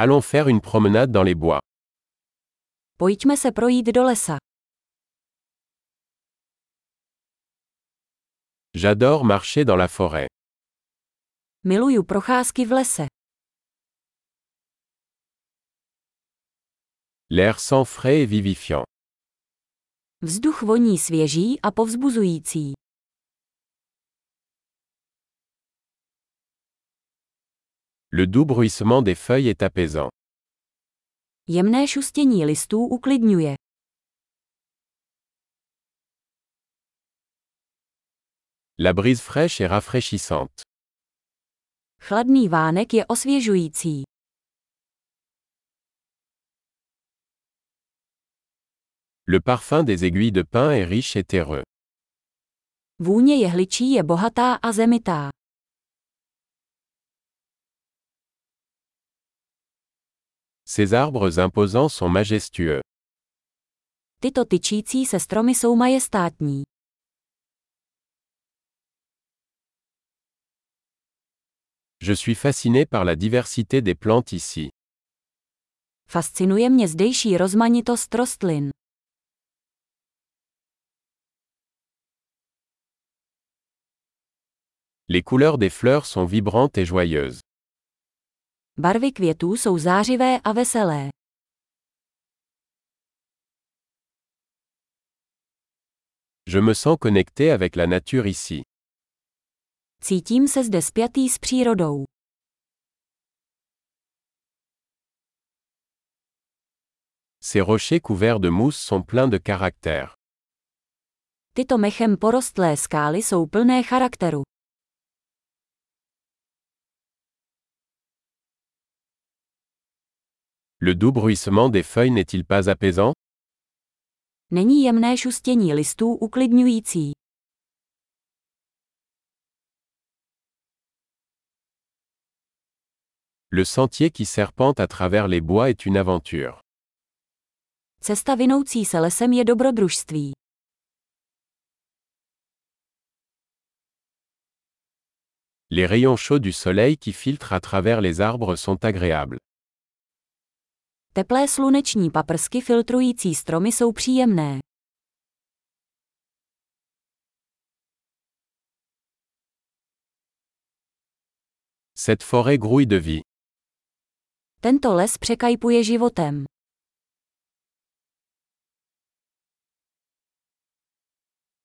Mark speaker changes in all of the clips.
Speaker 1: Allons faire une promenade dans les bois.
Speaker 2: Pojďme se projít do lesa.
Speaker 1: J'adore marcher dans la forêt.
Speaker 2: Miluju procházky v lese.
Speaker 1: L'air sent frais et vivifiant.
Speaker 2: Vzduch voní svěží a povzbuzující.
Speaker 1: Le doux bruissement des feuilles est apaisant.
Speaker 2: Jemné šustění listů uklidňuje.
Speaker 1: La brise fraîche est rafraîchissante.
Speaker 2: Chladný vánek je osvěžující.
Speaker 1: Le parfum des aiguilles de pin est riche et terreux.
Speaker 2: Vůně jehličí je bohatá a zemitá.
Speaker 1: Ces arbres imposants sont majestueux.
Speaker 2: Tyto tyčící se stromy jsou majestátní.
Speaker 1: Je suis fasciné par la diversité des plantes ici.
Speaker 2: Fascinuje mě zdejší rozmanitost rostlin.
Speaker 1: Les couleurs des fleurs sont vibrantes et joyeuses.
Speaker 2: Barvy květů jsou zářivé a veselé.
Speaker 1: Je me sens connecté avec la nature ici.
Speaker 2: Cítím se zde spjatý s přírodou.
Speaker 1: Ces rochers couverts de mousse sont pleins de caractère.
Speaker 2: Tyto mechem porostlé skály jsou plné charakteru.
Speaker 1: Le doux bruissement des feuilles n'est-il pas apaisant
Speaker 2: Není jemné šustění listů uklidňující.
Speaker 1: Le sentier qui serpente à travers les bois est une aventure.
Speaker 2: Cesta vinoucí se lesem je dobrodružství.
Speaker 1: Les rayons chauds du soleil qui filtrent à travers les arbres sont agréables.
Speaker 2: Teplé sluneční paprsky filtrující stromy jsou příjemné.
Speaker 1: Cette forêt grouille de vie.
Speaker 2: Tento les překajpuje životem.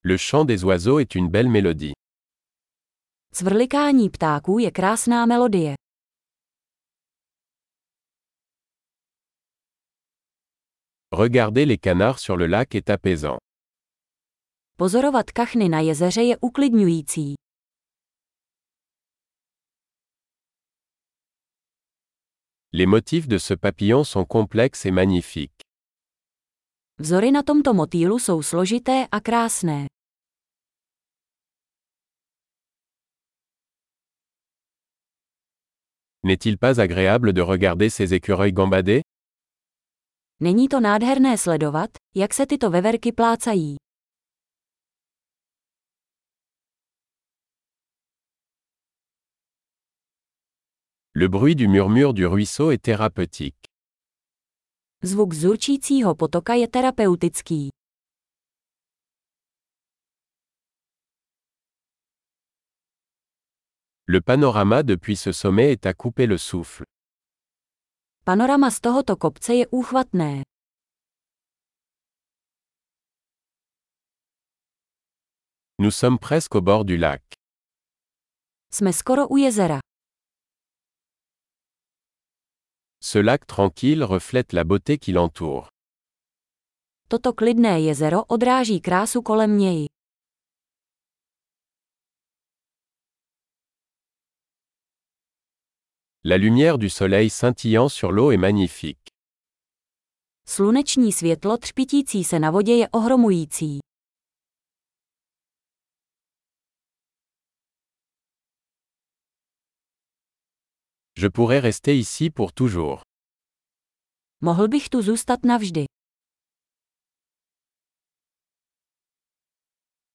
Speaker 1: Le chant des oiseaux est une belle mélodie.
Speaker 2: Cvrlikání ptáků je krásná melodie.
Speaker 1: Regarder les canards sur le lac est apaisant.
Speaker 2: Pozorovat kachny na jezeře je uklidňující.
Speaker 1: Les motifs de ce papillon sont complexes et magnifiques.
Speaker 2: Vzory na tomto motýlu jsou složité a krásné.
Speaker 1: N'est-il pas agréable de regarder ces écureuils gambader
Speaker 2: Není to nádherné sledovat, jak se tyto veverky plácají.
Speaker 1: Le bruit du murmure du ruisseau est thérapeutique.
Speaker 2: Zvuk zurčícího potoka je terapeutický.
Speaker 1: Le panorama depuis ce sommet est à couper le souffle.
Speaker 2: Panorama z tohoto kopce je úchvatné.
Speaker 1: Nous sommes presque au bord du lac.
Speaker 2: Jsme skoro u jezera.
Speaker 1: Ce lac tranquille reflète la beauté qui l'entoure.
Speaker 2: Toto klidné jezero odráží krásu kolem něj.
Speaker 1: La lumière du soleil scintillant sur l'eau est magnifique.
Speaker 2: Sluneční světlo třpitící se na vodě je ohromující.
Speaker 1: Je pourrais rester ici pour toujours.
Speaker 2: Mohl bych tu zůstat navždy.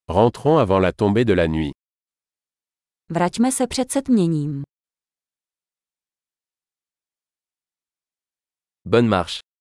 Speaker 1: Rentrons avant la tombée de la nuit.
Speaker 2: Vraťme se před setměním.
Speaker 3: Bonne marche.